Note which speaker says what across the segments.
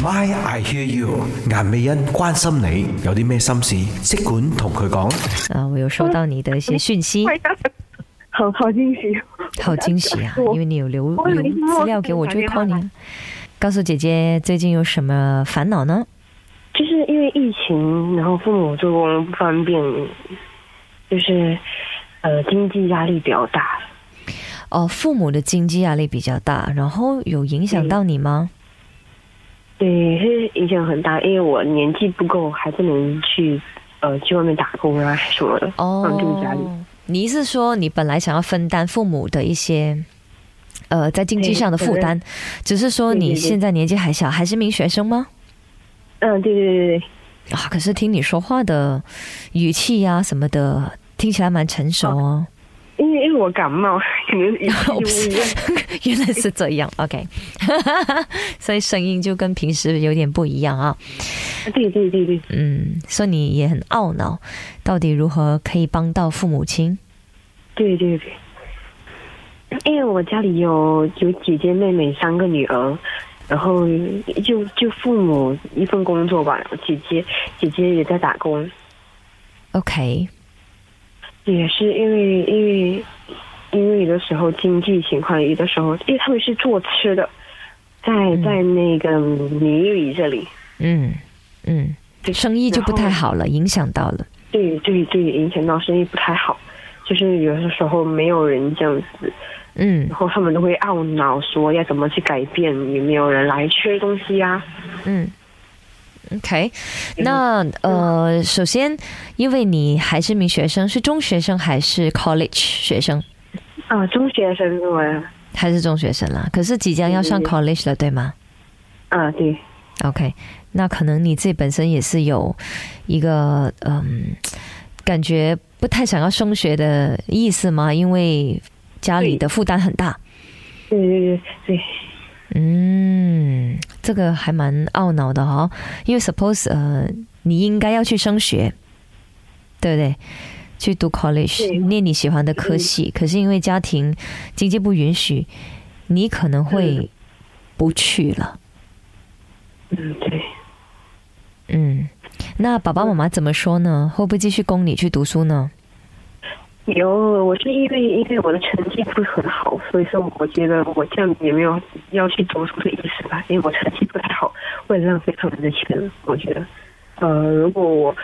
Speaker 1: My I hear you，颜美欣关心你有啲咩心事，即管同佢讲。
Speaker 2: 啊，我有收到你的一
Speaker 3: 嗯
Speaker 2: 些讯息，
Speaker 3: 我真係好好惊喜，
Speaker 2: 好惊喜啊！因为你有留
Speaker 3: 我以
Speaker 2: 留
Speaker 3: 为你
Speaker 2: 资料给我，就会 call 你啊。告诉姐姐最近有什么烦恼呢？
Speaker 3: 就是因为疫情，然后父母做工不方便，就是呃经济压力比较大。
Speaker 2: 哦，父母的经济压力比较大，然后有影
Speaker 3: 嗯
Speaker 2: 响到你吗？
Speaker 3: 对，是影响很大，因为我年纪不够，还不能去呃去外面打工啊什么的，放住家里。
Speaker 2: 哦，你是说你本来想要分担父母的一些，呃，在经济上的负担，只是说
Speaker 3: 对
Speaker 2: 你
Speaker 3: 对对
Speaker 2: 现在年纪还小，还是名学生吗？
Speaker 3: 嗯，对对对对，
Speaker 2: 啊，可是听你说话的语气呀、什么的，听起来蛮成熟
Speaker 3: 啊
Speaker 2: 哦。
Speaker 3: 因为因为我感冒， 可能一
Speaker 2: 哦不是
Speaker 3: 一样。
Speaker 2: 原来是这样，OK，所以声音就跟平时有点不一样啊。
Speaker 3: 对对对对，
Speaker 2: 嗯，所以你也很懊恼，到底如何可以帮到父母亲？
Speaker 3: 对对对。嗯因为我家里有有姐姐妹妹三个女儿，然后就就父母一份工作吧，姐姐姐姐也在打工，
Speaker 2: OK，
Speaker 3: 也是因为因为因为有的时候经济情况，有的时候因为他们是做吃的，在在那个米里这里，
Speaker 2: 嗯嗯，
Speaker 3: 对
Speaker 2: 生意就不太，好了，影响到了。
Speaker 3: 然后对对对，影响到生意不太好，就是有的时候没有人这样子，
Speaker 2: 嗯
Speaker 3: 然后他们都会懊恼说要怎么去改变，有没有人来吃东西呀、
Speaker 2: 嗯，OK，那呃，首先，因为你还是名学生，是中学生还是 college 学生？
Speaker 3: 啊？中学生我
Speaker 2: 还是中学生啦？可是即将要上
Speaker 3: 嗯
Speaker 2: college 了，对吗？
Speaker 3: 啊，对
Speaker 2: OK，那可能你自己本身也是有一个嗯，感觉不太想要升学的意思吗？因为家里的负担很大。
Speaker 3: 对对对对，
Speaker 2: 嗯，这个还蛮懊恼的哈、因为 suppose 呃，你应该要去升学，对不对？去读 college，
Speaker 3: 对嗯
Speaker 2: 念你喜欢的科系，可是因为家庭经济不允许，你可能会
Speaker 3: 嗯
Speaker 2: 不去了。
Speaker 3: 嗯对，
Speaker 2: 嗯，那爸爸妈妈怎么说呢？会不会继续供你去读书呢？
Speaker 3: 有我是因为因为我的成绩不是很好，所以说我觉得我这样也没有要去读书的意思吧，因为我成绩不太好，会浪费他们的钱，我觉得，呃，如果我。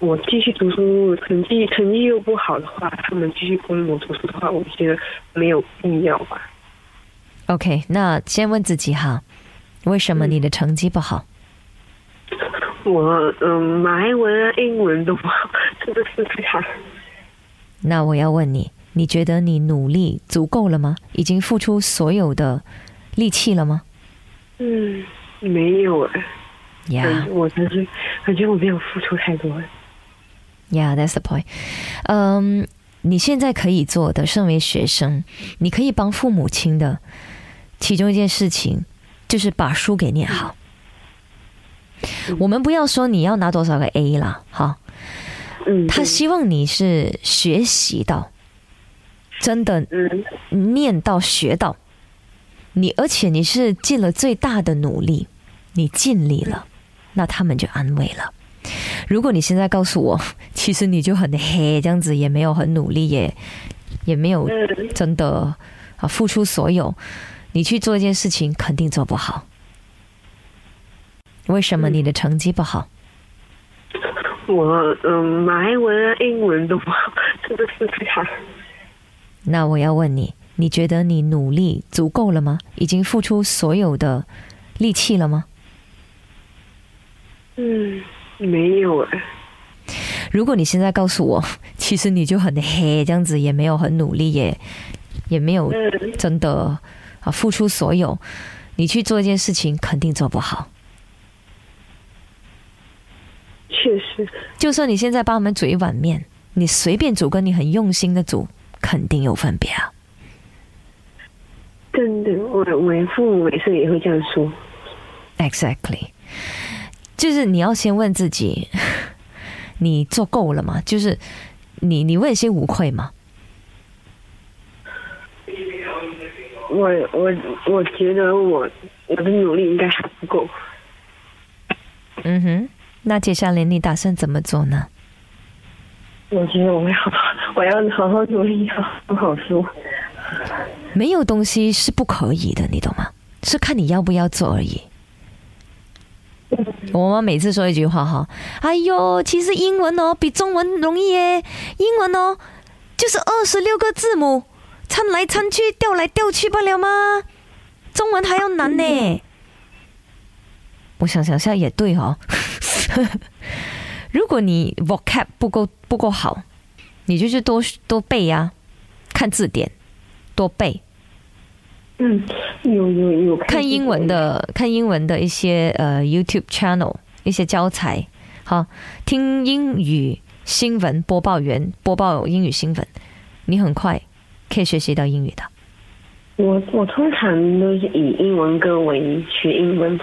Speaker 3: 我继续读书，成绩成绩又不好的话，他们继续供我读书的话，我觉得没有必要吧。
Speaker 2: OK，那先问自己哈，为什么你的成绩不好？
Speaker 3: 我嗯，马来文啊、英文的话，真的是非常
Speaker 2: 那我要问你，你觉得你努力足够了吗？已经付出所有的力气了吗？
Speaker 3: 嗯，没有哎、
Speaker 2: 呀、
Speaker 3: 感觉我真是感觉我没有付出太多。
Speaker 2: Yeah, that's the point. 嗯、你现在可以做的，身为学生，你可以帮父母亲的其中一件事情，就是把书给念好。我们不要说你要拿多少个 A 啦，哈，
Speaker 3: 嗯，
Speaker 2: 他
Speaker 3: 对
Speaker 2: 希望你是学习到，真的
Speaker 3: 嗯
Speaker 2: 念到学到，你而且你是尽了最大的努力，你尽力了，那他们就安慰了。如果你现在告诉我， 其实你就很黑，这样子也没有很努力，也也没有
Speaker 3: 嗯
Speaker 2: 真的啊付出所有，你去做一件事情肯定做不好。为什么
Speaker 3: 嗯
Speaker 2: 你的成绩不好？
Speaker 3: 我嗯，马来文啊、英文的话，真的是非常
Speaker 2: 那我要问你，你觉得你努力足够了吗？已经付出所有的力气了吗？
Speaker 3: 嗯没有哎、
Speaker 2: 如果你现在告诉我， 其实你就很黑，这样子也没有很努力，也也没有
Speaker 3: 嗯
Speaker 2: 真的啊付出所有，你去做一件事情肯定做不好。
Speaker 3: 确实
Speaker 2: 就算你现在帮我们煮一碗面，你随便煮跟你很用心的煮，肯定有分别啊。
Speaker 3: 真的，我我父母每次也会这样说。
Speaker 2: Exactly，就是你要先问自己， 你做够了吗？就是你你问心无愧吗？
Speaker 3: 我我我觉得我我的努力应该还不够。
Speaker 2: 嗯哼，那接下来你打算怎么做呢？
Speaker 3: 我觉得我要，我要好好努力，好好好书。
Speaker 2: 没有东西是不可以的，你懂吗？是看你要不要做而已。我妈每次说一句话哈，哎呦，其实英文哦比中文容易耶，英文哦就是二十六个字母，掺来掺去，调来调去不了吗？中文还要难呢。我想想下也对哦， 如果你 vocab 不够不够好，你就去多多背呀、看字典，多背。
Speaker 3: 嗯，有有有
Speaker 2: 看英文， 的，看英文的一些呃 YouTube channel 一些教材，好听英语新闻播报员播报英语新闻，你很快可以学习到英语的。
Speaker 3: 我我通常都是以英文歌为学英文。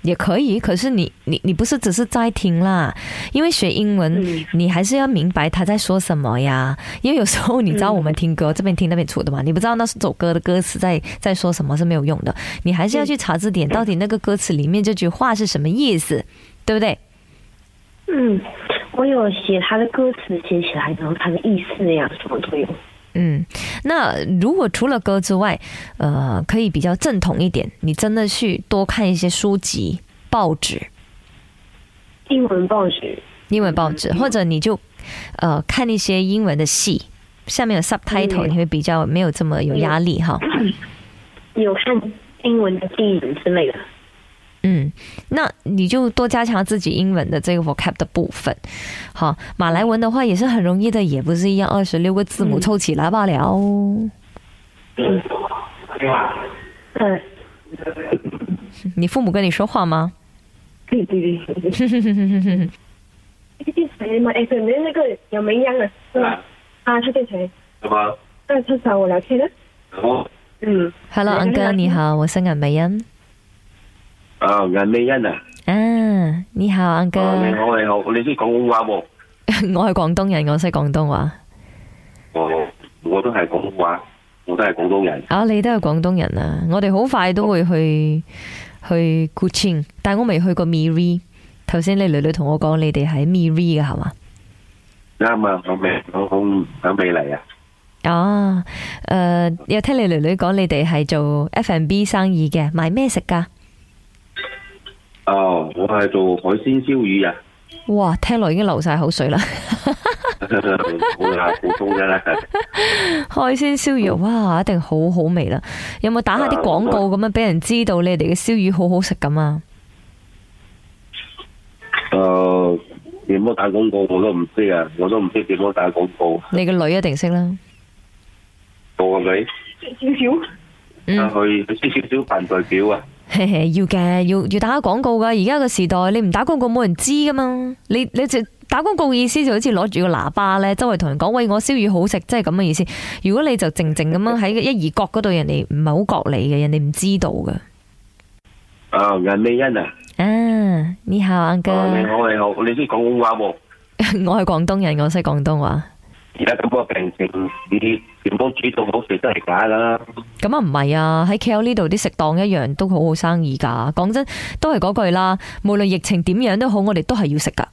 Speaker 2: 也可以，可是你你你不是只是在听啦，因为学英文、
Speaker 3: 嗯
Speaker 2: 你还是要明白他在说什么呀。因为有时候你知道
Speaker 3: 嗯
Speaker 2: 我们听歌、这边听那边出的嘛，你不知道那首歌的歌词在在说什么是没有用的，你还
Speaker 3: 嗯
Speaker 2: 是要去查字典，到底那个歌词里面这句话是什么意思，对不对？
Speaker 3: 嗯，我有写他的歌词写起来，然后他的意思呀，什么都有。
Speaker 2: 嗯，那如果除了歌之外，呃，可以比较正统一点，你真的去多看一些书籍、报纸、
Speaker 3: 英文报纸，
Speaker 2: 英文报
Speaker 3: 嗯
Speaker 2: 纸，或者你就呃看一些英文的戏，下面有 subtitle，
Speaker 3: 嗯
Speaker 2: 你会比较没有这么有压力哈。
Speaker 3: 你有看英文的电影之类的？
Speaker 2: 嗯，那你就多加强自己英文的这个 vocab 的部分。好，马来文的话也是很容易的，也不是一样二十六个字母
Speaker 3: 嗯
Speaker 2: 凑起来罢了。
Speaker 4: 嗯
Speaker 3: 嗯，
Speaker 2: 你父母跟你说话吗？
Speaker 3: 对对对。变成嘛？哎，对，那那个有没样啊？是吗？啊，他变成，
Speaker 4: 什么？
Speaker 3: 那他找我聊天呢？
Speaker 4: 什么？
Speaker 3: 嗯，
Speaker 2: Hello，
Speaker 3: 嗯
Speaker 2: 安哥，你好，我是颜美欣。
Speaker 4: 啊，顏美欣啊，
Speaker 2: 啊，你好，安哥，
Speaker 4: 啊你好你好，你識講廣東話喎？
Speaker 2: 我係廣東人，我識廣東話。
Speaker 4: 哦，我都係廣東話，我都係廣東人。
Speaker 2: 啊，你都係廣東人啊！我哋好快都會去去 g u c h i n 但我未去過 Miri。頭先你女女同我講，你哋喺 Miri 嘅係嘛？
Speaker 4: 啱啊，我未我我響美嚟啊。
Speaker 2: 啊，诶、有聽你女女講，你哋係做 F&B 生意嘅，賣咩食㗎？
Speaker 4: 哦，我係做海鮮燒魚啊，
Speaker 2: 哇，聽落已經流晒口水啦！
Speaker 4: 我係啊普通嘅啦。
Speaker 2: 海鮮燒
Speaker 4: 嗯
Speaker 2: 魚，哇，一定好好味啦！有冇打下啲廣告咁樣俾人知道你哋嘅燒魚好好食咁啊？
Speaker 4: 誒，哦點樣打廣告我都唔識啊，我都唔識點樣打廣告。
Speaker 2: 你嘅女一定識啦。
Speaker 4: 我個女，
Speaker 3: 少少。
Speaker 4: 啊
Speaker 2: 嗯，
Speaker 4: 佢佢識少少扮代表啊。
Speaker 2: 嘿嘿， 要嘅，要要打廣告噶。而家個時代，你唔打廣告冇人知噶嘛。你你就打廣告嘅意思就好似攞住個喇叭咧，周圍同人講喂，我燒魚好食，即係咁嘅意思。如果你就靜靜咁樣喺一二角嗰度，人哋唔係好覺你嘅，人哋唔知道噶。
Speaker 4: 啊，顏美欣啊，
Speaker 2: 啊，你好，安哥，
Speaker 4: 啊你好你好，你識講廣東話喎？
Speaker 2: 我係廣東人，我識廣東話。
Speaker 4: 而家咁個病情，你點樣主動好食都係假啦。
Speaker 2: 咁啊唔係啊，喺 KL 呢度啲食檔一樣都好好生意㗎。講真，都係嗰句啦，無論疫情點樣都好，我哋都係要食㗎。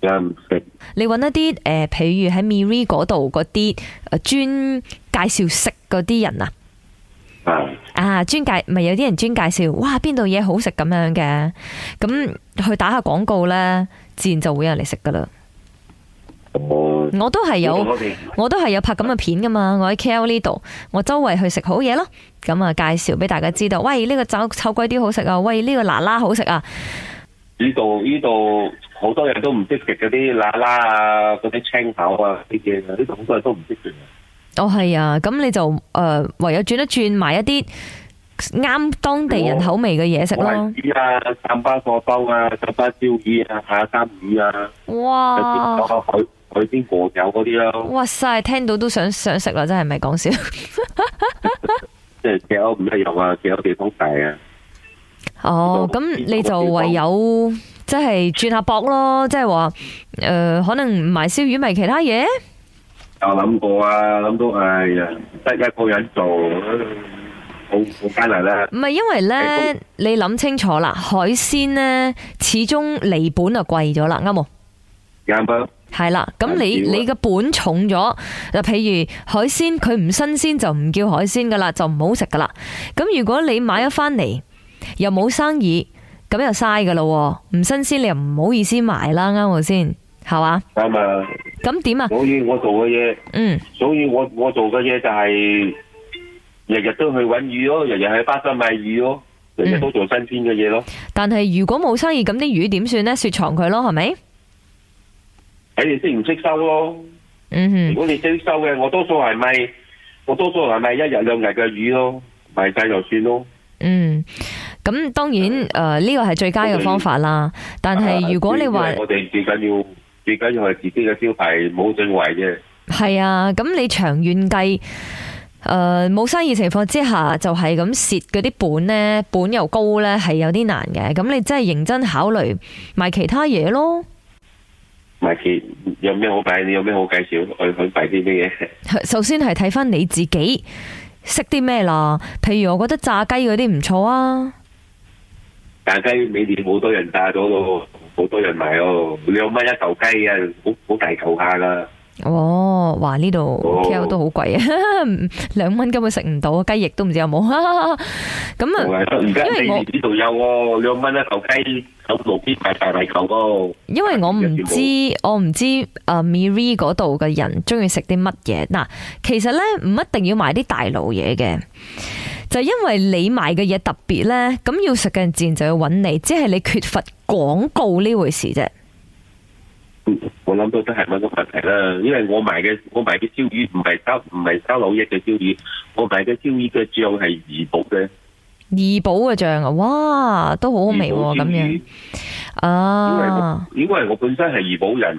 Speaker 4: 有人唔食，
Speaker 2: 你揾一啲誒、呃譬如喺 Miri 嗰度嗰啲誒專介紹食嗰啲人啊，
Speaker 4: 啊，
Speaker 2: 啊專介咪有啲人專介紹，哇邊度嘢好食咁樣嘅，咁去打下廣告呢，自然就會有人嚟食噶啦。
Speaker 4: 哦，
Speaker 2: 我都係有，
Speaker 4: 我哋
Speaker 2: 我都係有拍咁嘅片噶嘛。我喺 KL 呢度，我周圍去食好嘢咯，咁啊介紹俾大家知道，喂呢、個酒臭鬼啲好食啊，喂呢、個嗱嗱好食啊，
Speaker 4: 呢度呢度好多人都唔識食嗰啲喇喇啊，嗰啲青口啊呢啲嘢，呢度好多人都唔識食。
Speaker 2: 哦，係啊，咁你就誒、呃唯有轉一轉買一啲啱當地人口味嘅嘢食
Speaker 4: 我
Speaker 2: 咯
Speaker 4: 係。魚啊，三巴貨包啊，三巴燒魚啊，下三魚啊，有啲
Speaker 2: 哇！
Speaker 4: 多海海鮮和牛嗰啲咯，
Speaker 2: 哇塞，聽到都想想食啦，真係唔係講笑。
Speaker 4: 即係幾歐唔一樣啊，幾歐地方大啊。
Speaker 2: 哦，咁你就唯有即係轉下博咯，即係話诶，可能唔賣燒魚，咪其他嘢。
Speaker 4: 有諗過啊，諗到哎呀，得一個人做，好好艱難啦。
Speaker 2: 唔係因為
Speaker 4: 係
Speaker 2: 呢，你諗清楚啦，海鮮呢，始終離本就貴咗啦，啱冇？
Speaker 4: 啱啱
Speaker 2: 系啦，咁你
Speaker 4: 緊要啊
Speaker 2: 你嘅本重咗，嗱，譬如海鮮佢唔新鮮就唔叫海鮮噶啦，就唔好食噶啦。咁如果你買咗翻嚟又冇生意，咁又嘥噶咯喎，唔新鮮你又唔好意思賣啦，啱我先，係嘛？
Speaker 4: 啱啊！
Speaker 2: 咁點啊？
Speaker 4: 所以我做 嘅嘢，
Speaker 2: 嗯，
Speaker 4: 所以我我做嘅嘢就係日日都去揾魚咯，日日喺巴生買魚咯，日日都做新鮮嘅嘢咯。
Speaker 2: 但係如果冇生意，咁啲魚點算呢？雪藏佢咯，係咪？
Speaker 4: 睇你識唔識收咯。如
Speaker 2: 嗯
Speaker 4: 果你識收嘅，我多數係咪我多數係咪一日兩日嘅魚咯，賣晒就算咯。
Speaker 2: 哼，嗯，咁當然诶呢個係最佳嘅方法啦。但係如果你話
Speaker 4: 啊我哋最緊要最緊要係自己嘅招牌冇進位啫。
Speaker 2: 系啊，咁你長遠計，诶、冇生意情況之下，就係咁蝕嗰啲本呢，本又高呢，係有啲難嘅。咁你真係認真考慮埋其他嘢咯，
Speaker 4: 咪其有咩好擺？你有咩好介紹？我去擺啲咩嘢？
Speaker 2: 首先係睇翻你自己識啲咩啦。譬如我覺得炸雞嗰啲唔錯啊，
Speaker 4: 大雞美年好多人炸咗咯，好多人買咯，兩蚊一嚿雞啊，好好大嚿下噶。
Speaker 2: 哦，哇呢度
Speaker 4: 哦
Speaker 2: K L 都好貴啊， 兩蚊根本食唔到啊，雞翼都唔知有冇。 咁啊。
Speaker 4: 而家
Speaker 2: 因為
Speaker 4: 你
Speaker 2: 我
Speaker 4: 呢度有喎，兩蚊一嚿雞，九六邊買大大嚿喎。
Speaker 2: 因為我唔知，我唔知诶 Miri 嗰度嘅人中意食啲乜嘢。嗱，其實咧唔一定要買啲大路嘢嘅，就因為你買嘅嘢特別咧，咁要食嘅人自然就要揾你，只係你缺乏廣告呢回事啫。
Speaker 4: 我諗到都係乜個問題啦，因為我賣嘅我賣嘅燒魚唔係收唔係收老益嘅燒魚，我賣嘅燒魚嘅醬係怡寶嘅，
Speaker 2: 怡寶嘅醬啊，哇，都好好味
Speaker 4: 怡寶
Speaker 2: 喎，
Speaker 4: 燒
Speaker 2: 咁
Speaker 4: 魚
Speaker 2: 樣啊，
Speaker 4: 因為我因為我本身係怡寶人，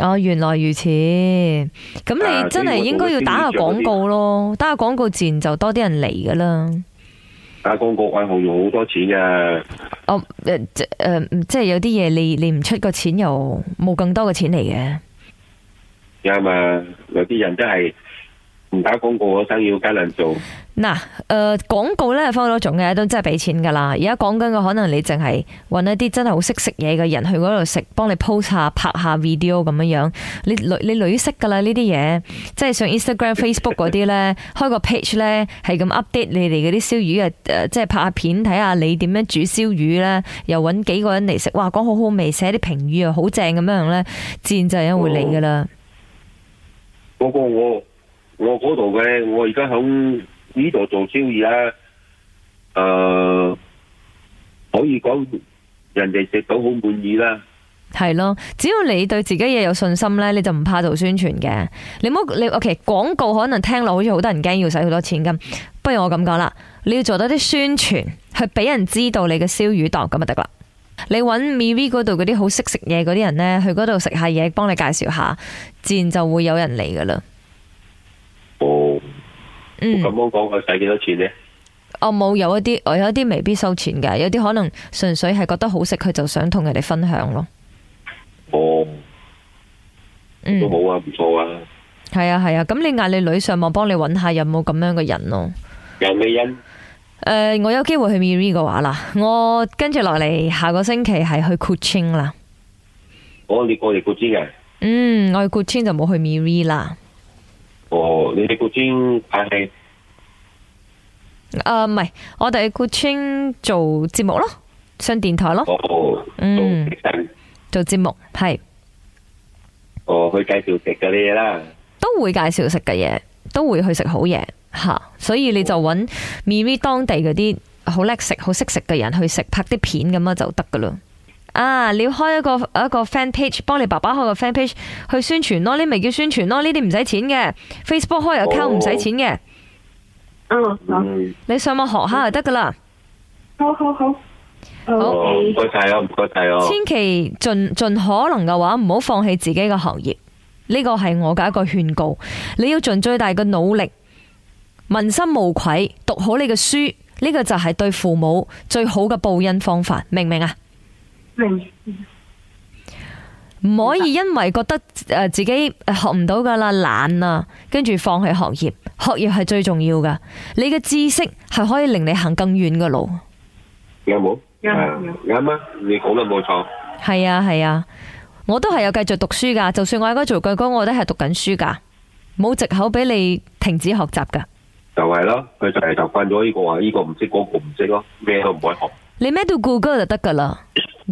Speaker 2: 哦，原來如此。咁你
Speaker 4: 啊
Speaker 2: 真係
Speaker 4: 所以我
Speaker 2: 應該要打下
Speaker 4: 做咗啲
Speaker 2: 廣告咯，打下廣告自然就多啲人嚟噶啦。
Speaker 4: 打廣告愛好用好多錢噶。
Speaker 2: 哦，诶、即诶、即系有啲嘢你你唔出個錢又冇更多嘅錢嚟嘅，
Speaker 4: 啱啊！有啲人真係唔打廣告，生意好艱難做。
Speaker 2: 嗱，诶、廣告咧分好多種嘅，都真係俾錢㗎啦。而家講緊嘅可能你淨係搵一啲真係好識食嘢嘅人去嗰度食，幫你 post 下、拍下 video 咁樣樣。你女你女識㗎啦呢啲嘢，即係上 Instagram、Facebook 嗰啲咧，開個 page 咧係咁 update 你哋嗰啲燒魚啊，誒即係拍下片睇下你點樣煮燒魚咧，又搵幾個人嚟食，哇，講好好味，寫啲評語又好正咁樣咧，自然就有人會嚟㗎啦。
Speaker 4: 嗰個我我嗰度嘅，我而家響呢度做宵夜啦。诶、可以講人哋食到好滿意啦。
Speaker 2: 系咯，只要你對自己嘢有信心呢，你就唔怕做宣傳嘅。你唔好你 OK 廣告可能聽落好似好多人驚要使好多錢咁，不如我咁講啦，你要做多啲宣傳，去俾人知道你嘅燒魚檔咁就得啦。你揾 Miri 嗰度嗰啲好識食嘢嗰啲人呢，去嗰度食下嘢，幫你介紹下，自然就會有人嚟噶啦。
Speaker 4: 哦，
Speaker 2: 嗯
Speaker 4: 咁，樣講佢使幾多錢呢？
Speaker 2: 我冇有一啲，我有一啲未必收錢嘅，有啲可能純粹係覺得好食，佢就想同人哋分享咯。
Speaker 4: 哦，
Speaker 2: 嗯
Speaker 4: 都。好啊，唔錯啊。
Speaker 2: 系啊系啊，咁你嗌你女上網幫你揾下有冇咁樣嘅人咯。
Speaker 4: 有美欣，
Speaker 2: 诶、呃我有機會去 Miri 嘅話啦，我跟住落嚟下個星期係去 Coaching 啦。
Speaker 4: 我哦你過啊嚟古尖嘅。
Speaker 2: 嗯，我去 Coaching 就冇去 Miri 啦。
Speaker 4: 哦，你哋古尖係係
Speaker 2: 诶、呃唔係，我哋去 Coaching 做節目咯，上電台咯，
Speaker 4: 哦，
Speaker 2: 嗯
Speaker 4: 做食神，
Speaker 2: 做節目係
Speaker 4: 哦，佢介紹食嘅嘢啦。
Speaker 2: 都會介紹食嘅嘢，都會去食好嘢吓、所以你就揾 Miri 當地嗰啲好叻食、好識食嘅人去食，拍啲片咁啊就得噶啦。啊！你要開一個一個 fan page，幫你爸爸開個 fan page 去宣傳咯，呢咪叫宣傳咯，呢啲唔使錢嘅。Facebook 開個 account
Speaker 4: 哦
Speaker 2: 唔使錢嘅，
Speaker 3: 嗯，好，
Speaker 4: 嗯，
Speaker 2: 你上網學下就得噶啦。
Speaker 3: 好好好，
Speaker 4: 哦，唔
Speaker 3: OK
Speaker 4: 該晒啊，唔該晒啊。
Speaker 2: 千祈盡盡可能嘅話，唔好放棄自己嘅行業。呢個係我嘅一個勸告，你要盡最大嘅努力，問心無愧，讀好你嘅書。呢、個就係對父母最好嘅報恩方法，明唔明啊？
Speaker 3: 明，
Speaker 2: 唔唔可以因為覺得诶自己學唔到噶啦，懶啊，跟住放棄學業。學業係最重要噶，你嘅知識係可以令你行更遠嘅路。
Speaker 4: 有冇？
Speaker 3: 啱
Speaker 4: 啊啱啊！你講得冇錯。
Speaker 2: 係啊係啊，我都係有繼續讀書噶，就算我而家做句工，我都係讀緊書噶，冇藉口俾你停止學習噶。
Speaker 4: 就係咯，佢就係習慣咗呢個話，呢個唔識，嗰個唔識咯，咩都唔可以學。
Speaker 2: 你咩到 Google 就得噶啦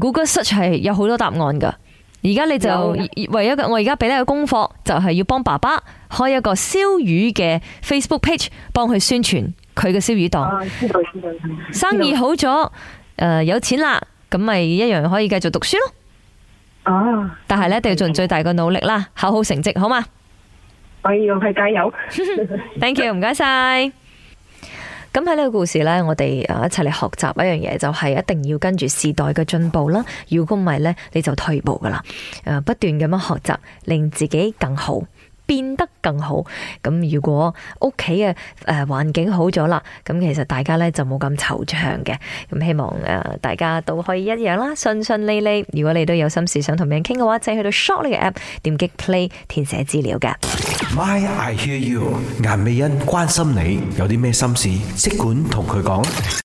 Speaker 2: ，Google search 係有好多答案噶。而家你就
Speaker 3: 有
Speaker 2: 唯一嘅，我而家俾你嘅功課就係要幫爸爸開一個燒魚嘅 Facebook page，幫佢宣傳佢嘅燒魚檔，
Speaker 3: 啊，知道知道，
Speaker 2: 生意好咗，诶、有錢啦，咁咪一樣可以繼續讀書咯。
Speaker 3: 啊，
Speaker 2: 但係咧，一定要盡最大嘅努力啦，考好成績好嘛？
Speaker 3: 可以用佢加油。
Speaker 2: Thank you，唔該晒。咁喺呢個故事呢，我哋啊一齊嚟學習一樣嘢，就係一定要跟住時代嘅進步啦。如果唔係呢，你就退步噶啦。誒，不斷咁樣學習，令自己更好，變得更好。咁如果屋企嘅誒環境好咗啦，咁其實大家呢就冇咁惆悵嘅。咁希望誒大家都可以一樣啦，順順利利。如果你都有心事想同人傾嘅話，就去到 Short 呢個 app 點擊 Play 填寫資料嘅。
Speaker 1: My I hear you，顏美欣關心你有啲咩心事，即管同佢講。